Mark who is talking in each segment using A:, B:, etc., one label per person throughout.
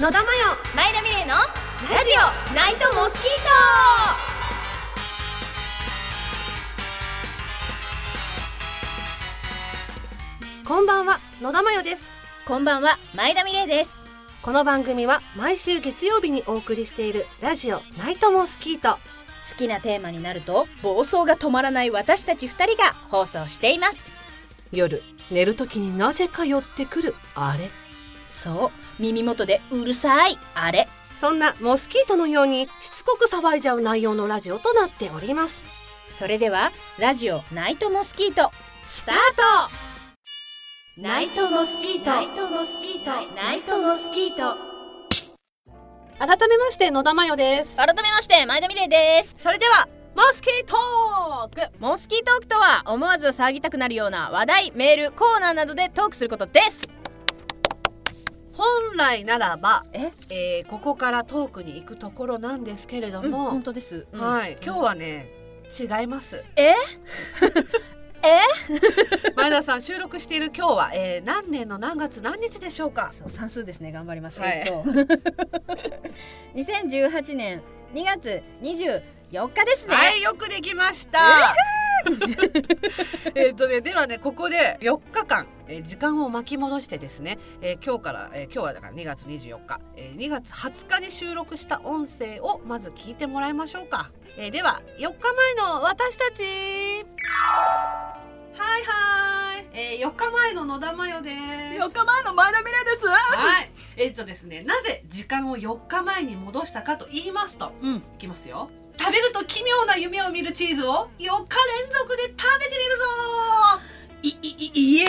A: 野田真
B: 前田美玲の
A: 代ラジ
B: オナイトモスキー
A: 代こんばんは野田真代です
B: トこんばんは前田美玲です
A: この番組は毎週月曜日にお送りしているラジオナイトモスキート
B: 好きなテーマになると暴走が止まらない私たち二人が放送しています
A: 夜寝る時になぜか寄ってくるあれ
B: そう耳元でうるさいあれ
A: そんなモスキートのようにしつこく騒いじゃう内容のラジオとなっております
B: それではラジオナイトモスキートスタート
A: トモスキー
B: ナイ
A: トモスキー
B: トナイトモスキート
A: 改めまして野田真代です
B: 改めまして前田美玲です
A: それではモスキートーク
B: モスキートークとは思わず騒ぎたくなるような話題メールコーナーなどでトークすることです
A: 本来ならば、
B: え
A: えーここからトークに行くところなんですけれども、
B: 本当です、うん
A: はい今日はね違います
B: え
A: 前田さん収録している今日は、えー何年の何月何日でしょうか
B: そう算数ですね頑張ります、
A: はい
B: えっと 2018年2月24日ですね、
A: はいよくできました えっとねではねここで4日間、えー時間を巻き戻してですね、えー今日から、えー今日はだから2月24日、えー2月20日に収録した音声をまず聞いてもらいましょうか、えーでは4日前の私たちはいはい、えー4日前の野田真代です
B: 4日前の前田美玲です
A: はい、えっとですね、なぜ時間を4日前に戻したかと言いますと、
B: うん
A: いきますよ。食べると奇妙な夢を見るチーズを4日連続で食べてみる
B: いいいイエーイ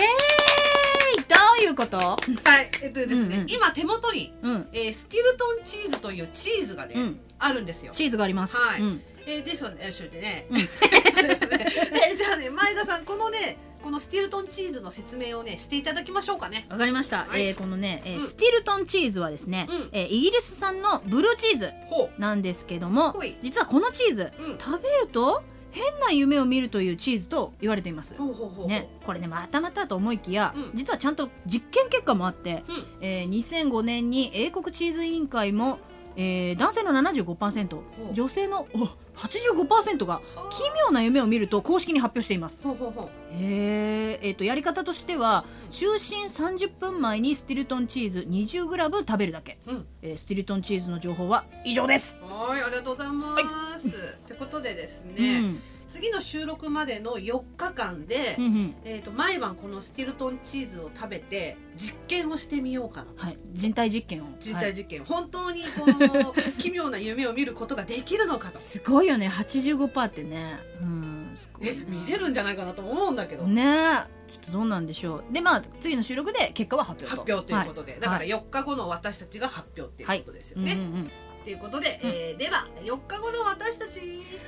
B: どういうこと
A: ぞー。はい、えっとですね、
B: うんうん
A: 今手元に、
B: うん
A: えースティルトンチーズというチーズがね、
B: うん
A: あるんですよ。
B: チーズがあります
A: はい
B: うん
A: えー、ですよね、えー、そ れでね、
B: うん
A: えっとですね、えーじゃあね、前田さん、このね、このスティルトンチーズの説明をね、していただきましょうかね。
B: わかりました、
A: はい
B: えーこのね、えー
A: うん
B: スティルトンチーズはですね、
A: うん
B: えーイギリス産のブルーチーズ
A: ほ
B: なんですけども
A: ほい
B: 実はこのチーズ
A: う。うん。
B: 食べると変な夢を見るというチーズと言われています
A: ほうほうほうほう。
B: ね、これねまたまたと思いきや、
A: うん
B: 実はちゃんと実験結果もあって、
A: うん。
B: えー2005年に英国チーズ委員会も、えー男性の75%
A: ほう
B: 女性のお85%が
A: はあ
B: 奇妙な夢を見ると公式に発表しています
A: ほうほうほう。
B: へーえー、とやり方としては就寝30分前にスティルトンチーズ 20g 食べるだけ、
A: うん
B: えースティルトンチーズの情報は以上です、
A: はい、ありがとうございます。ってことでですね、
B: うん
A: 次の収録までの4日間で、
B: うんうん
A: えー、と毎晩このスティルトンチーズを食べて実験をしてみようかな
B: はい、人体実験を
A: 人
B: はい
A: 体実験、本当にこ の奇妙な夢を見ることができるのかと
B: すごいよね85%ってねうんすごい
A: え
B: ね
A: 見れるんじゃないかなと思うんだけど、
B: ねえちょっとどうなんでしょうでまあ次の収録で結果は発表
A: 発
B: と
A: 表ということで、だから
B: はい
A: 4日後の私たちが発表っていうことですよね。
B: うんうんうん
A: ということで、えーでは4日後の私たち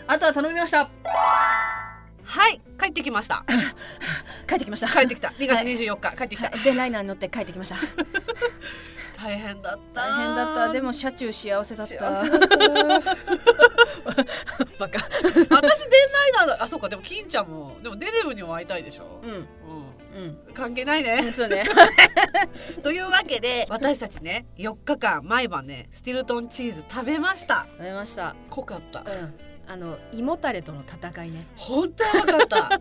B: あとは頼みました
A: はい帰ってきました
B: 帰ってきまし た
A: 帰ってきた2月24日、帰ってきた、
B: はいでライナーに乗って帰ってきました
A: 大変だった
B: 大変だったでも車中幸せだった
A: 幸せ だった
B: バカ
A: 私デンライナーだあそうかでも金ちゃんもでもデデブにも会いたいでしょ、
B: うんうん
A: うん、関係ない
B: うん
A: ね、
B: そ うね
A: というわけで私たちね4日間毎晩ねスティルトンチーズ食べました
B: 食べました
A: 濃かった
B: うんあの胃もたれとの戦いね
A: 本当やばか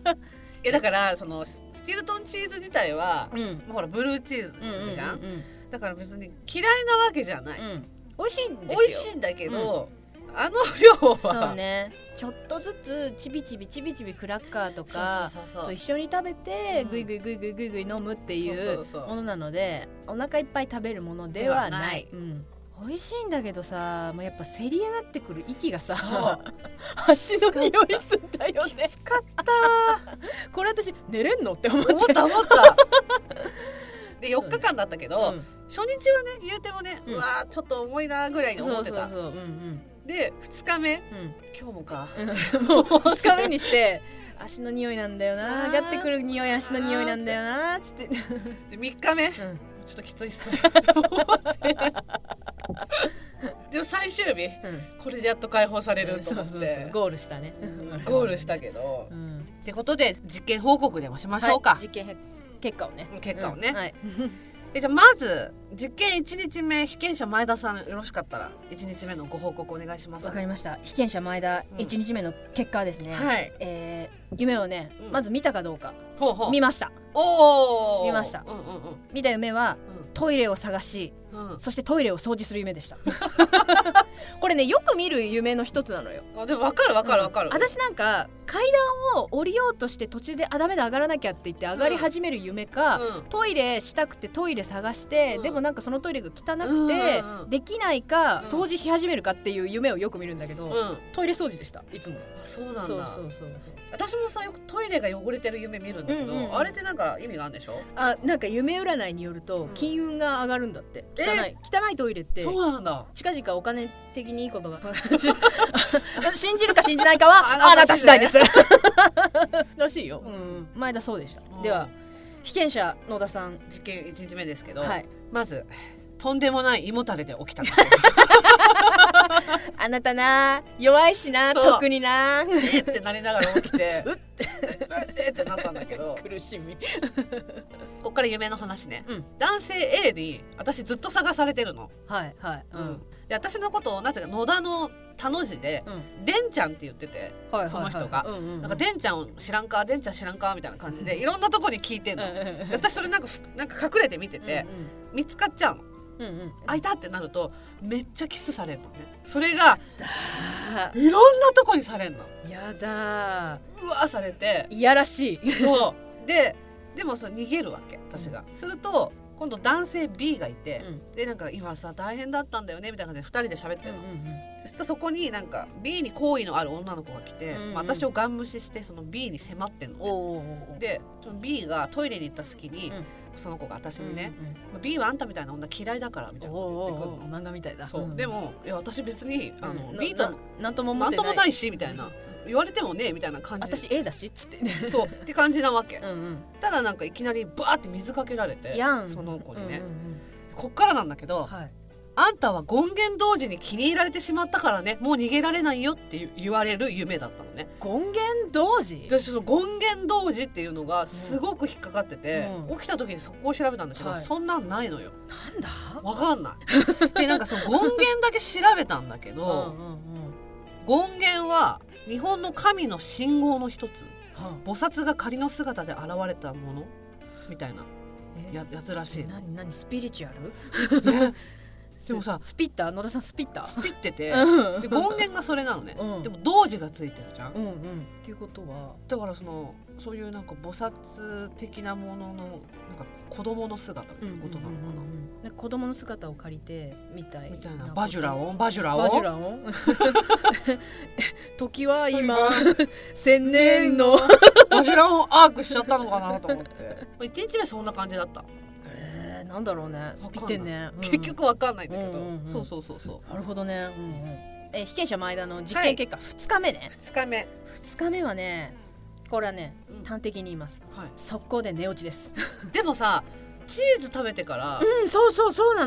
A: った いやだからそのスティルトンチーズ自体は
B: うん
A: もうほらブルーチーズ
B: うんうんうん
A: じゃん、
B: うん
A: だから別に嫌いなわけじゃない、
B: うん美味しいんです
A: 美
B: よ
A: 味しいんだけど、あの量は
B: そうねちょっとずつちびちびちびちびクラッカーとか
A: そうそうそうそ
B: と
A: う
B: 一緒に食べて
A: うん
B: ぐいぐいぐいぐいぐいぐい飲むってい
A: そう
B: う
A: そうそう
B: ものなのでお腹いっぱい食べるものではない
A: で
B: うん美味しいんだけどさもうやっぱせり上がってくる息がさ
A: そ
B: 足の匂いすんだよねかった これ私寝れんのって思って
A: 思った思ったで4日間だったけど、
B: うん
A: 初日はね言うてもね、う
B: う
A: んわーちょっと重いなーぐらいに思
B: そ
A: っ
B: う
A: て
B: そう
A: た
B: そううん
A: で2日目
B: うん
A: 今日もか
B: うんもう2日目にして足の匂いなんだよな上がってくる匂い足の匂いなんだよなつって
A: で3日目ちょ
B: うん
A: っときついっす ねでも最終日
B: うん
A: これでやっと解放されると思って、
B: そうそうそうゴールしたね
A: ゴールしたけど、
B: うん
A: ってことで実験報告でもしましょうか、
B: はい実験結果をね
A: 結果をね
B: うんはい
A: えじゃあまず実験1日目被験者前田さんよろしかったら1日目のご報告お願いします
B: わかりました被験者前田
A: うん
B: 1日目の結果はですね、
A: はい
B: えー夢をね、
A: うん
B: まず見たかどうか
A: ほうほう
B: 見ました
A: おお
B: 見ました
A: うんうん
B: 見た夢はトイレを探し
A: うんうん
B: そしてトイレを掃除する夢でした これねよく見る夢の一つなのよ
A: あでもわかるわかるわかる、
B: うん私なんか階段を降りようとして途中であダメだ上がらなきゃって言って上がり始める夢か、
A: うん
B: トイレしたくてトイレ探して、
A: うん
B: でもなんかそのトイレが汚
A: うんうん
B: くて、
A: うん
B: できないか
A: うん
B: 掃除し始めるかっていう夢をよく見るんだけど、
A: うんあ
B: トイレ掃除でしたいつも
A: そうなんだ
B: そうそうそう
A: 私もさよくトイレが汚れてる夢見るんだけど、
B: うんうんうん
A: あれってなんか意味があるんでしょ
B: あなんか夢占いによると
A: うん
B: 金運が上がるんだって
A: え
B: 汚い汚いトイレって
A: そうなんだ
B: 近々お金的にいいことが 信じるか信じないかはあなた次第ですらしいよ、うん、前田そうでした
A: うん
B: では被験者野田さん
A: 実験1日目ですけど、
B: はい
A: まずとんでもない胃もたれで起きたんです
B: あなたな弱いしな
A: そう
B: 特にな
A: えってなりながら起き てうっえってなったんだけど
B: 苦しみ
A: こっから夢の話ね、
B: うん
A: 男性 A に私ずっと探されてるの、
B: はいはい
A: うんで私のことをなぜか野田の田の字で
B: うん
A: 「でんちゃん」って言ってて
B: はいはい
A: その人が
B: うんうんう
A: 「
B: ん
A: なんかでんちゃんを知らんかでんちゃん知らんか」みたいな感じでいろんなとこに聞いてん
B: うんう
A: の、
B: んう
A: で
B: ん
A: 私それなんかふなんか隠れて見てて、見つかっちゃうの
B: うんうんうんうん
A: 開いたってなるとめっちゃキスされるのねそれが
B: あ
A: いろんなとこにされるの
B: ーやだー
A: うわーされて
B: いやらしい
A: そうででもそう逃げるわけ私が、すると今度男性 B がいて、でなんか今さ大変だったんだよねみたいな感じで2人で喋ってるの、そしたらそこになんか B に好意のある女の子が来て、
B: うんうん
A: まあ、私をガン無視してその B に迫ってんのね、
B: おーおーおー
A: でその B がトイレに行った隙に、
B: うん
A: その子が私にね、
B: うんうん
A: まあ B はあんたみたいな女嫌いだからみたいなこと言ってくるの
B: 漫画みたいだ
A: そう、でもいや私別にあの、
B: うん
A: B と
B: ななんとも思
A: なん
B: って
A: と
B: ない
A: もないしみたいな言われてもねみたいな感じ
B: 私 A だしっつってね
A: そうって感じなわけ、
B: うんうん
A: たらなんかいきなりバーって水かけられて
B: やん
A: その子にね、
B: うんうん
A: こっからなんだけ
B: うん
A: ど
B: はい
A: あんたは権限同時に気に入られてしまったからねもう逃げられないよっていう言われる夢だったのね
B: 権限同時
A: 私その権限同時っていうのがすごく引っかかってて、
B: うん
A: 起きた時にそこを調べたんだけど、
B: はい
A: そんなんないのよ
B: なんだ
A: わかんない でなんかその権限だけ調べたんだけ
B: うんうん
A: ど
B: うん
A: 権限は日本の神の信号の一つ
B: は
A: 菩薩が仮の姿で現れたものみたいな
B: え
A: ややつらしいの
B: 何何スピリチュアル
A: ねでもさ
B: ススピッター野田さんスピッタ
A: スピってて
B: ーうん
A: で権限がそれなのね、
B: うん
A: でも同時がついてるじゃん、
B: うんうんっていうことは
A: だからそのそういうなんか菩薩的なもののなんか子供の姿みたいなことなのかな、
B: うんうんうんうんなんか子供の姿を借りてみたい
A: みたい
B: こ
A: な
B: と
A: バジュラオンバジュラオン
B: バジュラオン 時は今 千年の
A: バジュラオンアークしちゃったのかなと思って1 日目そんな感じだった、
B: えー、なんだろうねスピってんね、うん
A: 結局わかんないんだけど、
B: うんうんうん
A: そうそうそうそう
B: なるほどね、うんうんえー被験者前田の実
A: はい
B: 験結果2日目ね、
A: 2日目、
B: 2日目はねこれはね
A: うんは
B: 端的に言います
A: い、
B: 速攻で寝落ちです
A: でもさチーズ食べてから、
B: うんそうそうそうな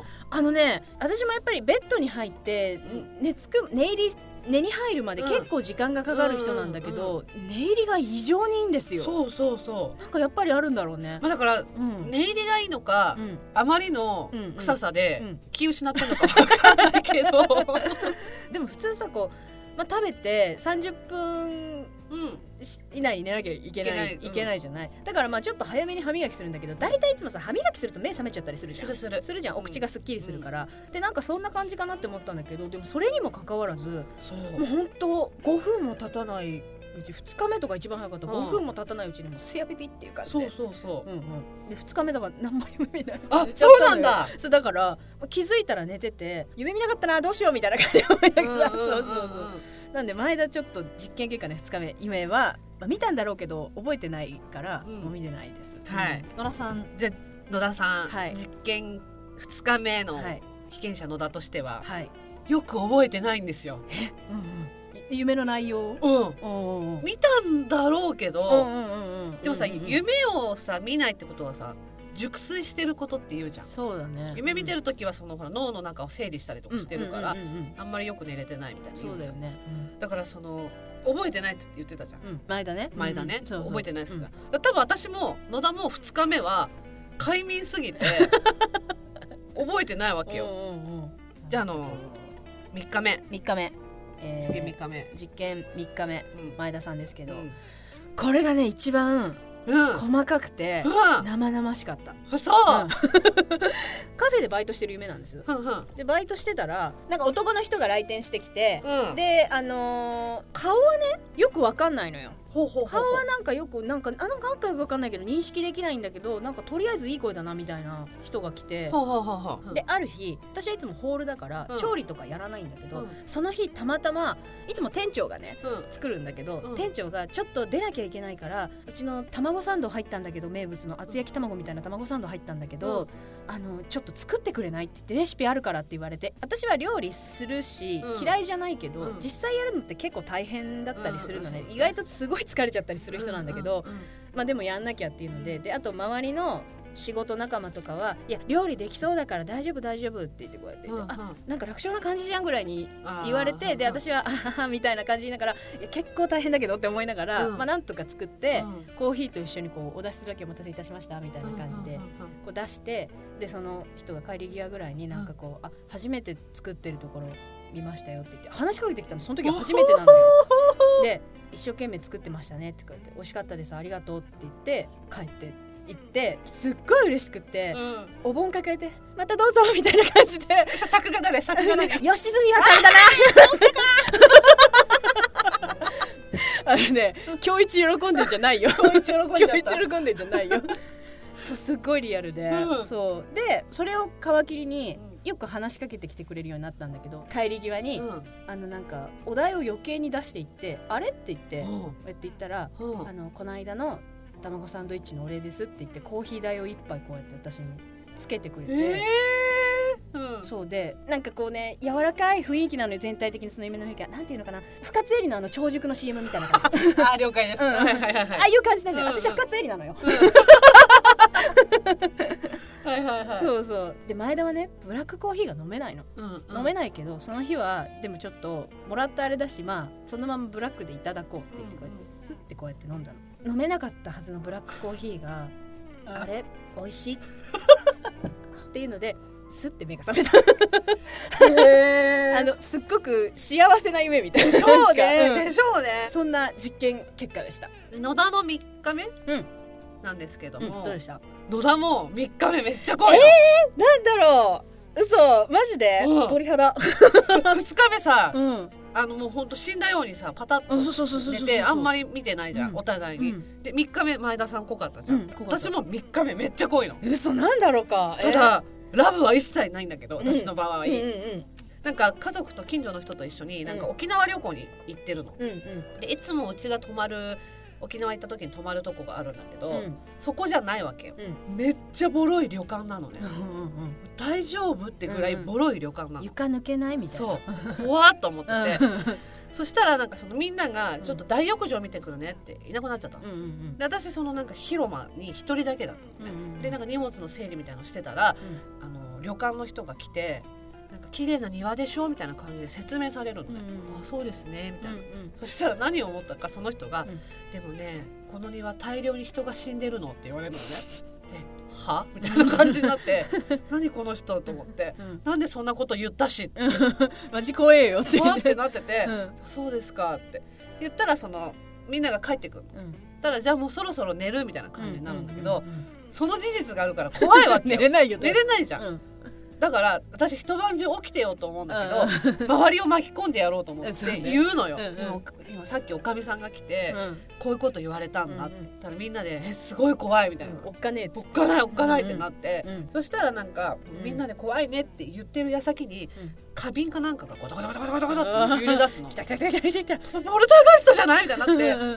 A: うん
B: あのね私もやっぱりベッドに入って
A: ん
B: 寝つく寝入り寝に入るまで
A: うん
B: 結構時間がかかる人なんだけど、寝入りが異常にいいんですよ
A: そうそうそう
B: なんかやっぱりあるんだろうね
A: まあだから
B: うん、
A: 寝入りがいいのか、
B: うん
A: あまりの臭さ
B: う
A: で
B: ん、
A: 気失ってるのかわかんない けど、
B: でも普通さこう、まあ、食べて30分
A: うん、
B: し以内に寝なきゃいけない
A: いけない
B: いけないじゃないだからまあちょっと早めに歯磨きするんだけど大体いつもさ歯磨きすると目覚めちゃったりするじゃ
A: す
B: ん
A: るする
B: するじゃん
A: うん
B: お口がすっきりするから、でなんかそんな感じかなって思ったんだけどでもそれにもかかわらずも
A: そう
B: う本当5分も経たないうち2日目とか一番早かった
A: うん
B: 5分も経たないうちにもうすやピピっていう感じで
A: そうそうそ
B: うんうん、で2日目とか何も夢見ない
A: あ
B: 寝ちゃったのよ
A: そうなんだ
B: そうだからまあ気づいたら寝てて夢見なかったなどうしようみたいな感じで思いな
A: う。
B: がらそうそう
A: うん
B: そう
A: うんうん
B: なんで前田ちょっと実験結果ね2日目夢は、まあ、見たんだろうけど覚えてないから、
A: うん
B: もう見てないです
A: はい
B: うん野田さん
A: じゃあ野田さん、
B: はい
A: 実験2日目の
B: はい
A: 被験者野田としては、
B: はい、
A: よく覚えてないんですよ。
B: うんうんい夢の内容
A: うん、
B: おお
A: 見たんだろうけ
B: うん
A: ど、
B: うんうんうん
A: でもさ、
B: うんうんうん
A: 夢をさ見ないってことはさ熟睡してることって言うじゃん。
B: そうだね
A: 夢見て
B: る
A: る時はそのほら脳の中を整理したりとかしてるから、あんまりよく寝れてないみたいな。
B: そうだよね、
A: だからその覚えてないって言ってたじゃん
B: うんうん前田ね
A: 前だね、
B: うんそうそう
A: 覚えてないっす
B: うん
A: だから多分私も野田も2日目は快眠す ぎて覚えてないわけよじゃああの3日目
B: 3日目、えー
A: 実験3日目
B: 実験3日目
A: うん
B: 前田さんですけ
A: う
B: ど、
A: ん
B: これがね一番
A: うんうん
B: 細かくて
A: あ
B: 生々しかった、
A: そう
B: うん カフェでバイトしてる夢なんですよ
A: うんうん
B: でバイトしてたらなんか男の人が来店してきて、
A: うん
B: であのー顔はねよくわかんないのよ
A: ほうほうほうほう
B: 顔はなんかよくなんかあなんかなんかよくわかんないけど認識できないんだけどなんかとりあえずいい声だなみたいな人が来て
A: ほうほうほうほう
B: である日私はいつもホールだから、
A: うん
B: 調理とかやらないんだけ
A: う
B: ど、
A: ん
B: その日たまたまいつも店長がね
A: うんうん
B: 作るんだけど、
A: うん
B: 店長がちょっと出なきゃいけないからうちの卵サンド入ったんだけど名物の厚焼き卵みたいな卵サンド入ったんだけど、あのちょっと作ってくれないって言ってレシピあるからって言われて私は料理するし、
A: うん
B: 嫌いじゃないけど、
A: うん
B: 実際やるのって結構大変だったりするのね、
A: うん
B: 意外とすごい疲れちゃったりする人なんだけど、
A: うんうん
B: まあ、でもやんなきゃっていうのでであと周りの仕事仲間とかはいや料理できそうだから大丈夫大丈夫って言ってこうやって言って、あなんか楽勝な感じじゃんぐらいに
A: あー
B: 言われてで
A: うん
B: 私はあははみたいな感じにながらいや結構大変だけどって思いながら、
A: うん
B: まあ、なんとか作っ
A: う
B: て、
A: ん
B: コーヒーと一緒にこうお出しするだけお待たせいたしましたみたいな感じで。
A: うんうんうんうん
B: こう出してでその人が帰り際ぐらいになんかこう、あ初めて作ってるところ見ましたよって言って話しかけてきたのその時は初めてなのよ で一生懸命作ってましたねって言って美味しかったですありがとうって言って帰って行ってすっごい嬉しくって、
A: うん
B: お盆抱えてまたどうぞみたいな感じで
A: さ作画誰作画誰
B: 吉住あたりだな あのね今日一喜んでんじ ゃないよ
A: 喜
B: 今日一喜んでんじゃないよ そうすっごいリアルで、
A: うん
B: そうでそれを皮切りによく話しかけてきてくれるようになったんだけど帰り際に、
A: うん
B: あのなんかお題を余計に出していって「あれ?」って言って、こ
A: うん
B: うやって言ったら
A: う
B: 「あのこの間の卵サンドイッチのお礼です」って言ってコーヒー代を一杯こうやって私につけてくれて。
A: ええーうん
B: そうでなんかこうね柔らかい雰囲気なのよ全体的にその夢の雰囲気がなんていうのかな深津絵里のあの長熟の CM みたいな感じ
A: あ了解です
B: うん
A: はいはいはいは
B: ああ
A: い
B: いう感じなんだよ
A: うんうん
B: 私は深津絵里なのよ
A: はいはいはい
B: そうそうで前田はねブラックコーヒーが飲めないの、
A: うん
B: 飲めないけどその日はでもちょっともらったあれだしまあそのままブラックでいただこうって言ってこうやって、スッてこうやって飲んだの飲めなかったはずのブラックコーヒーがあれ美 味しいっていうのでスッて目が覚めた
A: へ
B: あ
A: ー
B: のすっごく幸せな夢みたいな
A: でしょう
B: なんか
A: ね
B: うん
A: でしょうね
B: そんな実験結果でした
A: 野田の三日目
B: ん
A: なんですけど
B: うんど
A: も
B: うでした
A: 野田も三日目めっちゃ濃いの
B: なんだろう嘘マジで
A: うん
B: 鳥肌
A: 二日目さ
B: うん
A: あのもう本当死んだようにさパタッ
B: そうそうそう
A: と
B: そう
A: 寝てあんま
B: り
A: り見てないじゃ
B: うんん
A: お互いうに
B: ん
A: で3日目前田さん濃かったじゃん、
B: うん濃かった
A: 私も3日目めっちゃ濃いの
B: 嘘なんだろうか
A: ただ、ラブは一切ないんだけど
B: うん
A: 私の場合、
B: えーうん
A: なんか家族と近所の人と一緒になんか
B: うん
A: 沖縄旅行に行ってるの
B: うんうんうん
A: でいつもうちが泊まる沖縄行った時に泊まるとこがあるんだけど、
B: うん
A: そこじゃないわけよ、
B: う
A: めっちゃボロい旅館なのね、
B: うん
A: 大丈夫ってぐらいボロい旅館なの、
B: 床抜けないみたいな
A: そう怖っと思って
B: うん
A: て、そしたらなんかそのみんながちょっと大浴場見てくるねっていなくなっちゃったの、
B: うんうん
A: で私そのなんか広間に一人だけだったのね、
B: うんうん
A: でなんか荷物の整理みたいのしてたら、あの旅館の人が来て「なんか綺麗な庭でしょ?」みたいな感じで説明されるの
B: うん
A: ね
B: うん
A: 「あそうですね」みたいな、
B: うん
A: そしたら何を思ったかその人が
B: うん
A: 「でもねこの庭大量に人が死んでるの」って言われるのね。で「は?」みたいな感じになって「 何この人」と思って
B: うんうん
A: 「なんでそんなこと言ったし」って
B: マジ怖えよって
A: わーってなってて
B: うん
A: 「そうですか」って言ったらそのみんなが帰ってくるの。
B: うん
A: たらじゃあもうそろそろ寝るみたいな感じになるんだけど、
B: うううん
A: その事実があるから怖いわけ
B: 寝
A: よ
B: れないよ
A: 寝れないじゃん、
B: うん
A: だから私一晩中起きてようと思うんだけど、周りを巻き込んでやろうと思っ
B: そう
A: て
B: ね
A: 言うのよ、
B: うんうん
A: でも今さっきおかみさんが来て、
B: うん
A: こういうこと言われた
B: うんん
A: だ
B: う
A: っ
B: ん
A: て言ったらみんなで「えすごい怖い」みたいな「
B: おっかねえっつ
A: お
B: っ
A: ってかないおっかない」ってなって、
B: うん
A: そしたらなんか、
B: うん
A: みんなで「怖いね」って言ってる矢先に、
B: うん
A: 花瓶かなんかがこうドコドコドコドコドコドコって揺れ出すの
B: 来た来た来た来た来た
A: ポルターガイストじゃないみたいになって
B: うんう
A: 怖い怖い
B: ん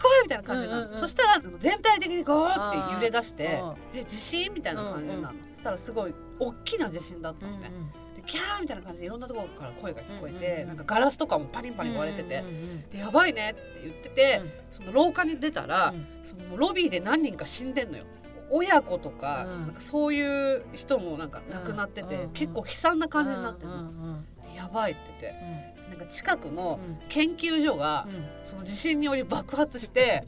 A: 怖いみたいな感じになる、
B: うんうんうん
A: そしたらあの全体的にゴーって揺れ出して
B: あー
A: え地震みたいな感じになるの、そしたらすごい大きな地震だったのね、でキャーみたいな感じでいろんなところから声が聞こえて、
B: うんうんうん
A: なんかガラスとかもパリンパリン割れてて、
B: うんうん
A: でやばいねって言ってて、
B: うん
A: その廊下に出たら、
B: うん
A: そのロビーで何人か死んでんのよ親子とか,、
B: うん
A: なんかそういう人もなんか亡くなってて、
B: うんうんうん
A: 結構悲惨な感じになってるの、
B: うんうんうん
A: でややばいって言って
B: う
A: なんか近くの
B: ん
A: 研究所が
B: うん
A: その地震により爆発 して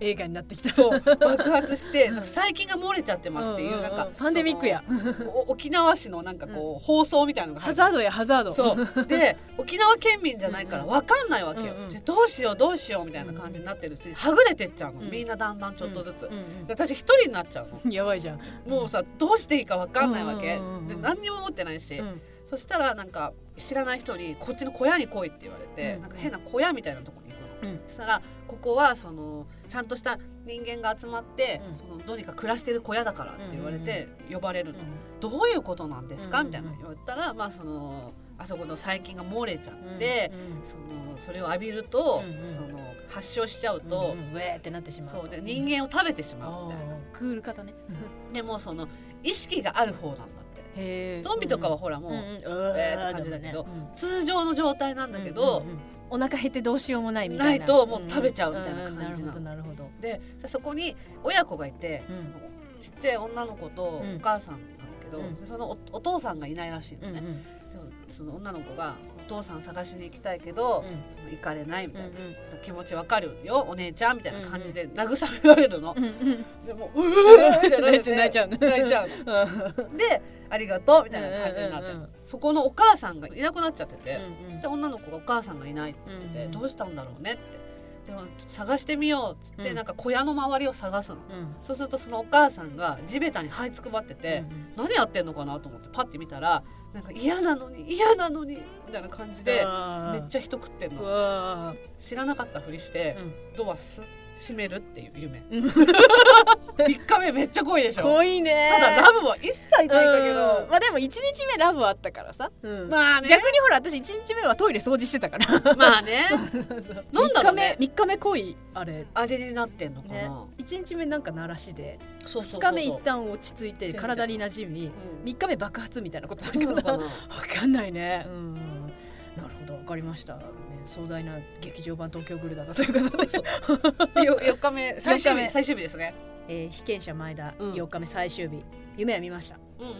B: 映画になってきた
A: そう爆発して
B: うん
A: なんか細菌が漏れちゃってますってい
B: ん
A: うんなん
B: ん
A: か
B: パンデミックや
A: そのお沖縄市のなんかこう放送みたいなのが
B: ハ
A: 入って
B: ザードやハザード
A: そうで沖縄県民じゃないから
B: うん
A: わかんないわけよ、
B: うんうん
A: でどうしようどうしようみたいな感じになってるうちにはぐれてっちゃうの、
B: うん
A: みんなだんだんちょっとずつ、
B: うん
A: で私一人になっちゃうの
B: うんやばいじゃん
A: もうさどうしていいかわかんないわけ、
B: うんうんうんうん
A: で何にも持ってないし、
B: うん
A: そしたらなんか知らない人にこっちの小屋に来いって言われて、
B: うん
A: なんか変な小屋みたいなとこに行くの、
B: うん
A: そしたらここはそのちゃんとした人間が集まって、
B: うん
A: そのどうにか暮らしてる小屋だからって言われて呼ばれるの、
B: う
A: どういうことなんですか、
B: うん
A: みたいなの言ったら、まあ、そのあそこの細菌が漏れちゃ
B: ん
A: って、そのそれを浴びると、
B: うんうん
A: その発症しちゃう
B: うん
A: と、
B: うんウェーってなってしまう
A: そうで人間を食べてしまうみたいな
B: あークール方ね
A: でもその意識がある方なんだって
B: へー
A: ゾンビとかはほらもう、
B: うんうん
A: えーって感じだけど
B: うんうん
A: 通常の状態なんだけど、
B: うんうんうんお腹減ってどうしようもないみたいな
A: ないともう食べちゃうみたいな感じなの
B: うんうんなるほどなるほど
A: でさそこに親子がいて、
B: うん
A: そのちっちゃい女の子とお
B: うん
A: 母さんなんだけど、
B: うん
A: そのおお父さんがいないらしいの
B: うん
A: ね、
B: うん
A: でその女の子が「お父さん探しに行きたいけど、その行かれない」みたいな。気持ちわかるよお姉ちゃんみたいな感じで慰められるの、
B: うんうん
A: でもううーってなっ
B: 泣い
A: て
B: ちゃう泣いちゃう
A: 泣いちゃう
B: う
A: でありがとうみたいな感じになって、
B: うんうんうん
A: そこのお母さんがいなくなっちゃってて、
B: ん
A: で女の子がお母さんがいないって
B: うん
A: 言って、
B: うん
A: どうしたんだろうねってでも探してみようっつって、
B: うん
A: なんか小屋の周りを探すの
B: うん
A: そうするとそのお母さんが地べたに這いつくばってて、
B: うん
A: 何やってんのかなと思ってパッて見たらなんか嫌なのに嫌なのにみたいな感じでめっちゃ人食ってん
B: う
A: の
B: わ
A: 知らなかったふりして、
B: ー
A: ドアす閉めるっていう夢
B: うん
A: 3日目めっちゃ濃いでしょ
B: 濃いね
A: ただラブは一切ないんだけ
B: うん
A: ど
B: まあでも1日目ラブはあったからさ、うん
A: まあね
B: 逆にほら私1日目はトイレ掃除してたから
A: まあねなんだろうね
B: 3日目3日目恋あれ
A: あれになってんのかな、
B: ね1日目なんか鳴らしで
A: そうそうそうそう
B: 2日目一旦落ち着いて体に馴染み
A: うん
B: 3日目爆発みたいなことな
A: そうなの
B: のか
A: か
B: な
A: な
B: 分かんないねうんなるほど分かりました、ね、壮大な劇場版東京グルだったということで、
A: よ4日目最終
B: 四日目
A: 日最終日ですね
B: えー被験者前田
A: うん
B: 4日目最終日、夢は見ました
A: うんうん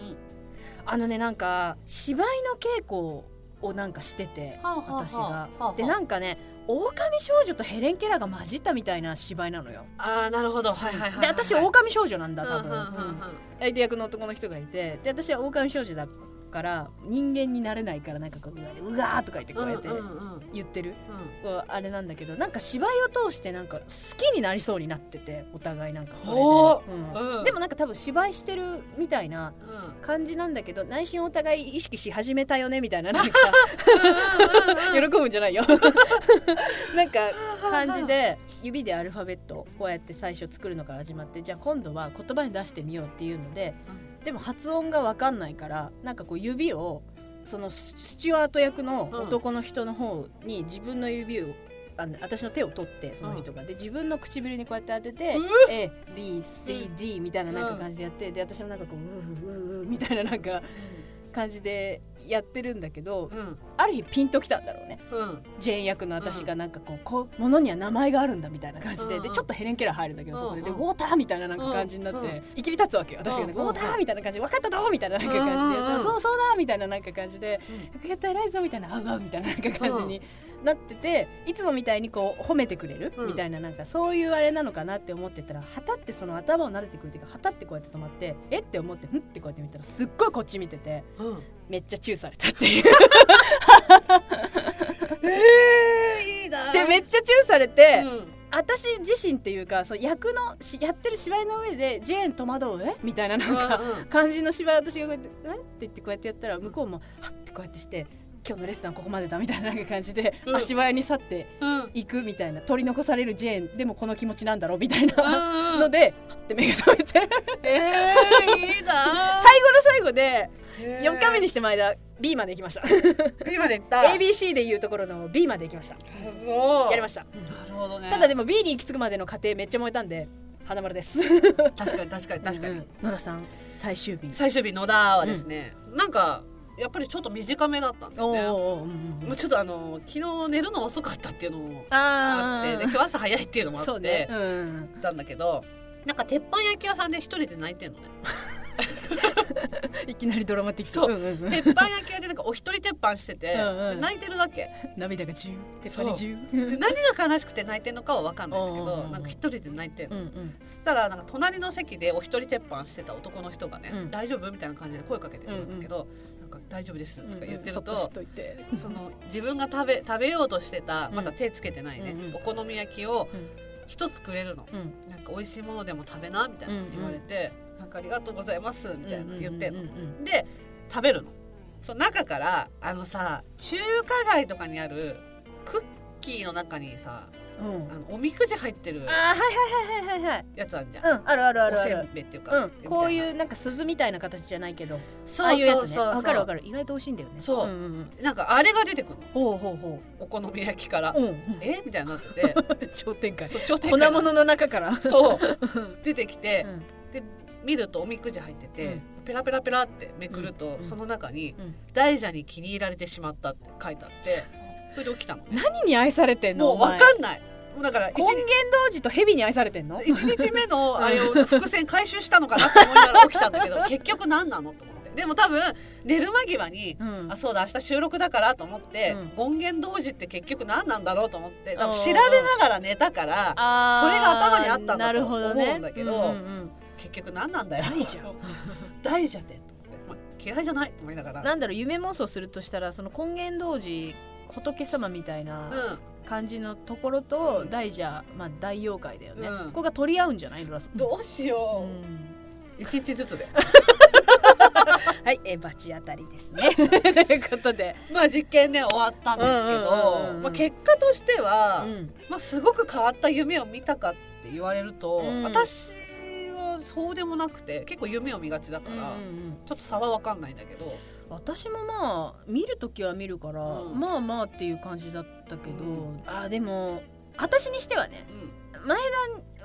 B: あのねなんか芝居の稽古をなんかしてて、
A: はあはあはあ
B: 私が
A: はあはあ
B: でなんかね狼少女とヘレン・ケラーが混じったみたいな芝居なのよ
A: ああなるほどはいはいはいはい
B: で私狼少女なんだ多分、
A: うんうんうんうん
B: 相手役の男の人がいてで私は狼少女だから人間になれないからなんかこううわーうわーとか言ってこうやって
A: うんうんうん
B: 言ってる、
A: うん
B: こうあれなんだけどなんか芝居を通してなんか好きになりそうになっててお互いなんかそれで、
A: お
B: うん
A: うん
B: でもなんか多分芝居してるみたいな
A: うんうん
B: 感じなんだけど内心お互い意識し始めたよねみたい ななんか喜ぶんじゃないよ なんか感じで指でアルファベットをこうやって最初作るのから始まってじゃあ今度は言葉に出してみようっていうのででも発音が分かんないからなんかこう指をそのススチュワート役の男の人の方に自分の指をあの私の手を取ってその人が、で自分の唇にこうやって当てて
A: う
B: ABCD みたいななんか感じでやってで私もなんかこううううううみたいななんか感じでやってるんだけど
A: うん
B: ある日ピンときたんだろうね
A: うん
B: ジェーン役の私がなんかこう,、こうものには名前があるんだみたいな感じで,、
A: うんう
B: で
A: ん
B: ちょっとヘレン・ケラー入るんだけど、そこでで
A: う
B: ウ
A: んうん
B: ォーターみたいななんか感じになって、
A: うんうん
B: いきり立つわけよ私が、ね
A: うんうん
B: ウォーターみたいな感じで分かったぞみたいななんか感じでやった
A: うんうん
B: ら、
A: うん
B: そうそうだみたいななんか感じで、やった偉いぞみたいなあうあうみたいななんか感じになってて、いつもみたいにこう褒めてくれる、
A: うん
B: みたいななんかそういうあれなのかなって思ってたらはたってその頭を慣れてくるっていうかはたってこうやって止まってえって思ってふんってこうやって見たらすっごいこっち見てて
A: うん
B: めっちゃチューされたっ ていう。
A: えーいいな
B: でめっちゃチューされて、
A: うん
B: 私自身っていうかその役のしやってる芝居の上でジェーン戸惑うえみたいななんか
A: うんうん
B: 感じの芝居私がこうやって「えっ?」て言ってこうやってやったら向こうも「はっ」てこうやってして「今日のレッスンはここまでだ」みたいななんか感じで、
A: うん
B: 足早に去って
A: うんうん
B: いくみたいな取り残されるジェーンでもこの気持ちなんだろうみたいな
A: うん
B: ので、はって目が覚めて最後の
A: えーいいな
B: 最後で4日目にして前田 B まで行きました
A: 今で言った
B: ABC でいうところの B まで行きました
A: そう
B: やりました、
A: なるほどね
B: ただでも B に行き着くまでの過程めっちゃ燃えたんで花丸です
A: 確かに確かに確かに、
B: 野田さん最終日
A: 最終日野田はですね、なんかやっぱりちょっと短めだったんですね
B: お、うん
A: もうちょっとあの昨日寝るの遅かったっていうのもあ
B: あ
A: ってで今日朝早いっていうのもあって
B: そうねうん
A: 行ったんだけどなんか鉄板焼き屋さんで一人で泣いてんのね
B: いきなりドラマティック
A: そうん
B: うんうん
A: 鉄板焼き屋でなんかお一人鉄板してて
B: うんうん
A: 泣いてるわけ
B: 涙が十手
A: そう
B: 張り十
A: で何が悲しくて泣いてんのかは分かんないんだけ
B: うんうん
A: ど
B: うん
A: なんか一人で泣いてんの
B: うんうん
A: そしたらなんか隣の席でお一人鉄板してた男の人がね「
B: うん
A: 大丈夫?」みたいな感じで声かけてくるんだけど「なんか大丈夫です」とか言ってると。
B: そっしといて
A: その自分が食べ食べようとしてた
B: うん
A: まだ手つけてないね、
B: うんうん
A: お好み焼きを
B: うん
A: 一つくれるの、
B: うん
A: なんか美味しいものでも食べなみたいな
B: うんうん
A: 言われて、なんかありがとうございますみたいな言ってんの、
B: うんうんうんうん
A: で食べるのその中からあのさ中華街とかにあるクッキーの中にさ
B: うん
A: あのおみくじ入ってる
B: あーはいはいはいはいはい
A: やつあるじゃん、
B: はいうんあるあるある
A: お
B: あ
A: せ
B: る
A: んべいっていうか、
B: うんこういう
A: う
B: なんか鈴みたいな形じゃないけど
A: そ
B: ああ
A: う
B: いうや
A: そう
B: つね
A: そう
B: わかるわか
A: る
B: る意外と美味しいんだよね
A: そうん
B: んん
A: なんかあれが出てくるの
B: ほうほうほ
A: お好み焼きから、
B: ううん
A: えみたいになって て
B: 超展開
A: そう頂点
B: 粉
A: から
B: 物の中から
A: そう
B: うん
A: 出てきて
B: う、ん
A: 見るとおみくじ入ってて、
B: うん
A: ペラペラペラってめくると、
B: うん
A: その中に
B: うん
A: 「大蛇に気に入られてしまった」って書いてあってそれで起きたのね
B: 何に愛されてんの
A: もう
B: お前
A: 分かんないもうだから一日
B: 根源童子と蛇に愛されてんの
A: 一日目のあれを伏線回収したのかなって思いながら起きたんだけ ど結局何なのと思ってでも多分寝る間際に
B: うん
A: あそうだ明日収録だからと思って、権限同時って結局何なんだろうと思って多分調べながら寝たから
B: あ
A: そ
B: ー
A: れが頭にあったんだと
B: なるほどね
A: 思うんだけど
B: うんうん
A: 結局何なんだよ
B: 大蛇
A: 大蛇ってと思って、まあ、嫌いじゃないと思いなが
B: う
A: ら
B: んなんだろう夢妄想するとしたらその根源童子仏様みたいな、
A: うん
B: 感じのところと
A: うん
B: 大蛇、まあ、大妖怪だよね、
A: うん
B: ここが取り合うんじゃないのラス
A: どうしよ
B: う
A: う、
B: ん
A: 一日ずつで
B: はいえバチ当たりです ねということで、
A: まあ実験ね終わったんですけ
B: うんうんうんう
A: ど
B: ん
A: まあ結果としては、
B: ん、
A: まあ、すごく変わった夢を見たかって言われると、
B: うん
A: 私はそうでもなくて結構夢を見がちだから、ちょっと差は分かんないんだけど
B: 私もまあ見る時は見るから、
A: うん
B: まあまあっていう感じだったけど、
A: うん
B: あーでも私にしてはね
A: うん
B: 前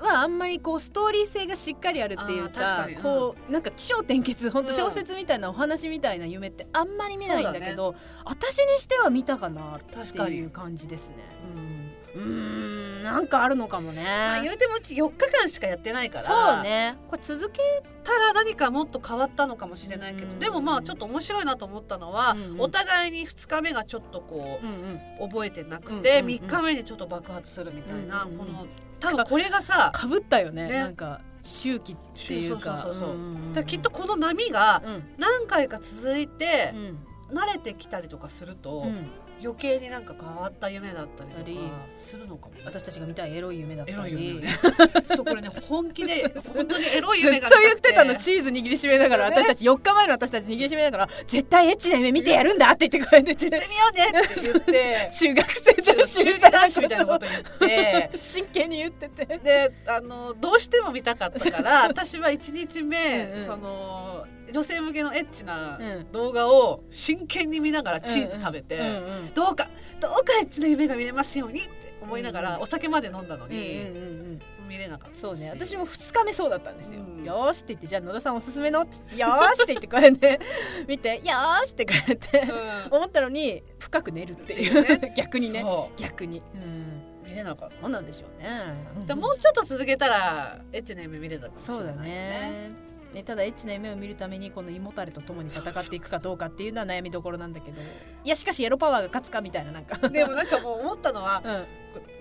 B: 田はあんまりこうストーリー性がしっかりあるっていう
A: あ
B: か
A: ー確かに
B: こうなんか起承転結本当
A: うん
B: 小説みたいなお話みたいな夢ってあんまり見ないんだけ
A: そ
B: ど、私にしては見たかなって
A: 確かに
B: いう感じですね。うんうーんなんかあるのかもね。
A: まあ、言うてもうち4日間しかやってないから
B: そうねこれ続け
A: たら何かもっと変わったのかもしれないけど、
B: うん
A: でもまあちょっと面白いなと思ったのは、
B: うんうん
A: お互いに2日目がちょっとこ
B: うんうん
A: う覚えてなく
B: うんうん
A: て、
B: うん
A: 3日目にちょっと爆発するみたいな、
B: うんうんう
A: こ
B: ん
A: の多分これがさ
B: かぶったよね
A: ね
B: なんか周期っていうか
A: そうそうそうそう
B: うんうんうん
A: だからきっとこの波が
B: うん
A: 何回か続いて
B: う、ん
A: 慣れてきたりとかすると、
B: うん
A: 余計になんか変わった夢だったり
B: あ
A: と
B: り
A: かするのかも、ね、
B: 私たちが見たいエロい夢だった
A: エ
B: り
A: ロい夢よね そうこれね本気で本当にエロい
B: ずっ
A: 夢
B: と
A: が
B: 言ってたの
A: ち
B: チーズ握りしめながら
A: ね
B: 私たち4日前の私たち握りしめながら絶対エッチな夢見てやるんだって言ってくれてて
A: てみようねって言 って
B: 中学生
A: ちょっ
B: と
A: と
B: 中
A: 修
B: 学
A: 理ダッシュみたいなこと言って
B: 真剣に言ってて
A: であのどうしても見たかった から私は1日目
B: うんうん
A: その女性向けのエッチな
B: うん
A: 動画を真剣に見ながらチーズ食べて、
B: うんうん
A: どうかどうかエッチな夢が見れますようにって思いながら、
B: うん
A: お酒まで飲んだの
B: うんうん
A: に、
B: うんうん
A: 見れなかったし
B: そうね私も2日目そうだったんですよ、
A: うん
B: よーしって言ってじゃあ野田さんおすすめのってよーしって言ってこれね見てよーしってこうやって
A: うん
B: 思ったのに深く寝るってい
A: ね
B: う逆にね
A: そ
B: 逆にうん
A: う見れなかった
B: 何なんでしょうね
A: でもうちょっと続けたらエッチな夢見れたかもしれな
B: そう
A: い
B: だねねただエッチな夢を見るためにこの胃もたれとともに戦っていくかどうかっていうのは悩みどころなんだけどいやしかしエロパワーが勝つかみたいななんか
A: でもなんかもう思ったのは
B: うん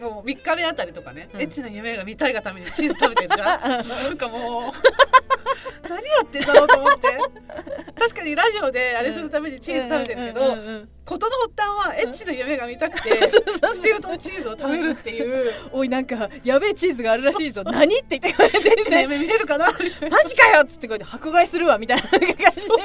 A: もう3日目あたりとかね、
B: うん
A: エッチな夢が見たいがためにチーズ食べてるじゃん なんかもう何やってんだろうと思って確かにラジオであれするためにチーズ食べてるけど
B: うんうんうんうん
A: 事の発端はエッチな夢が見たくて
B: そうそうそう
A: スティルトンチーズを食べるっていう
B: おいなんかやべえチーズがあるらしいぞ何って言ってくれて
A: エッチな夢見れるかなみたいな
B: マジかよっつってこうやって 迫害するわみたいな感じで
A: そう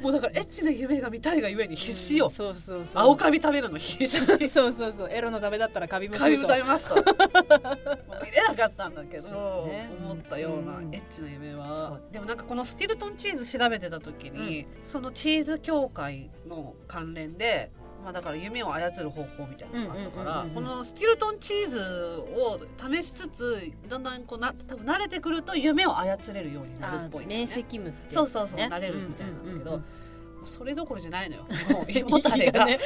A: もうだからエッチな夢が見たいがゆえに必死よ、
B: そうそうそう
A: 青カビ食べるの必死
B: そうそうそうエロのためだったらカビも
A: カビ
B: 食う
A: 食
B: と
A: べますともう見れなかったんだけ
B: そ
A: ど、
B: うね
A: 思ったような
B: うん
A: エッチな夢
B: そ
A: は
B: う、
A: でもなんかこのスティルトンチーズ調べてた時に、そのチーズ協会の関連で、まあ、だから夢を操る方法みたいなのがあったから、
B: うんうんうんうん
A: このスティルトンチーズを試しつつだんだんこうな多分慣れてくると夢を操れるようになるっぽい、ね、
B: 無って
A: そうそうそう慣れるみたいなんだけど、
B: うんうん
A: それどころじゃないのよもう胃も たれが。
B: ね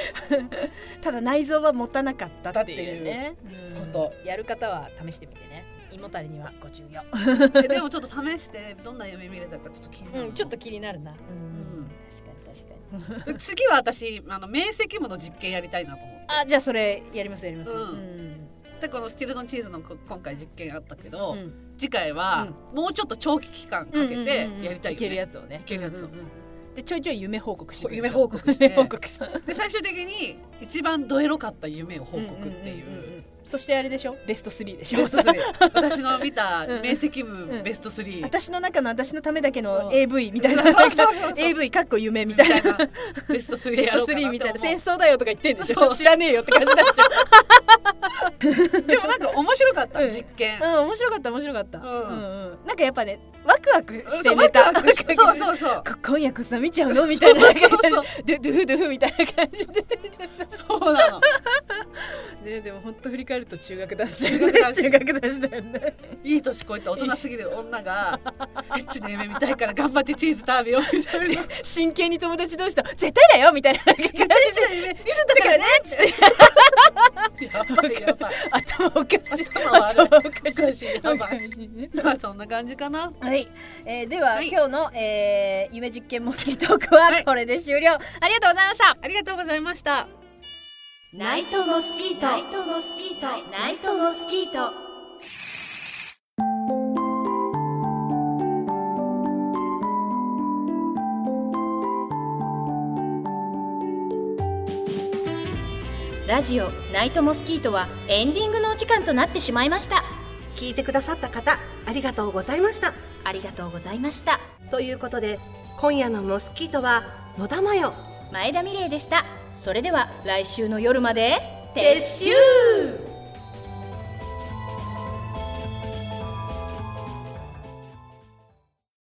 B: ただ内臓は持たなかったっていうね
A: こと
B: うんやる方は試してみてね胃もたれにはご注意を、
A: えでもちょっと試してどんな夢見れたかちょっと気になる、
B: うん、ちょっと気になるな、う、
A: うんん
B: 確かに確かに
A: で次は私あの明晰夢の実験やりたいなと思って
B: あじゃあそれやりますやります、
A: うん
B: ん
A: でこのスティルトンチーズのこ今回実験あったけど、
B: うん
A: 次回はもうちょっと長期期間かけてやりたいよね、
B: いけるやつをね
A: いけるやつを
B: でちょいちょい夢報告してください
A: 夢報告して
B: 夢報告して
A: で最終的に一番どエロかった夢を報告ってい
B: んんんん
A: う。
B: んそしてあれでしょベスト3でしょ
A: ベスト3私の見た
B: うん
A: 明晰夢
B: うん
A: ベスト3、
B: 私の中の私のためだけ
A: うん
B: の AV みたいな
A: そうそうそうそう
B: AV かっこ夢みたいな
A: ベスト3
B: ベ
A: や
B: ス
A: ろう
B: ト
A: かな
B: 3みたいな戦
A: と
B: 争だよとか言ってんでし
A: そ
B: ょ
A: う
B: 知らねえよって感じだでし
A: 思うでもなんか面白かった、
B: うん
A: 実験、
B: ょうん面白かった面白かった
A: う
B: うんんうんなんかやっぱねワクワク
A: そう
B: して
A: ワ
B: 寝
A: ク
B: た
A: ワクしてそう そうそう
B: こ今夜こそ見ちゃうのみたいな感じ
A: そうそう
B: ドゥドゥフドゥフみたいな感じで
A: そうなの
B: ねでも本当振り返ると中学男子だ
A: よね中
B: 学男子だよね
A: いい年こえた大人すぎる女がエッチな夢見たいから頑張ってチーズ食べようみたいな
B: 真剣に友達どうした絶対だよみたいな感じで
A: エッチな夢見るんだからねってやばいやばい
B: 頭おかしい
A: 頭悪い
B: 頭おか
A: おかしいやばい
B: おかしいね
A: まあそんな感じかな
B: はい、えーでは、
A: はい
B: 今日の、えー夢実験モスキートークはこれで終了、ありがとうございました
A: ありがとうございました
C: ナイトモスキートナイトモスキートナイトモスキート
D: ラジオ「ナイトモスキート」はエンディングのお時間となってしまいました
E: 聞いてくださった方ありがとうございました
D: ありがとうございました
E: ということで今夜のモスキートは野田真代
D: 前田美玲でしたそれでは来週の夜まで撤
E: 撤収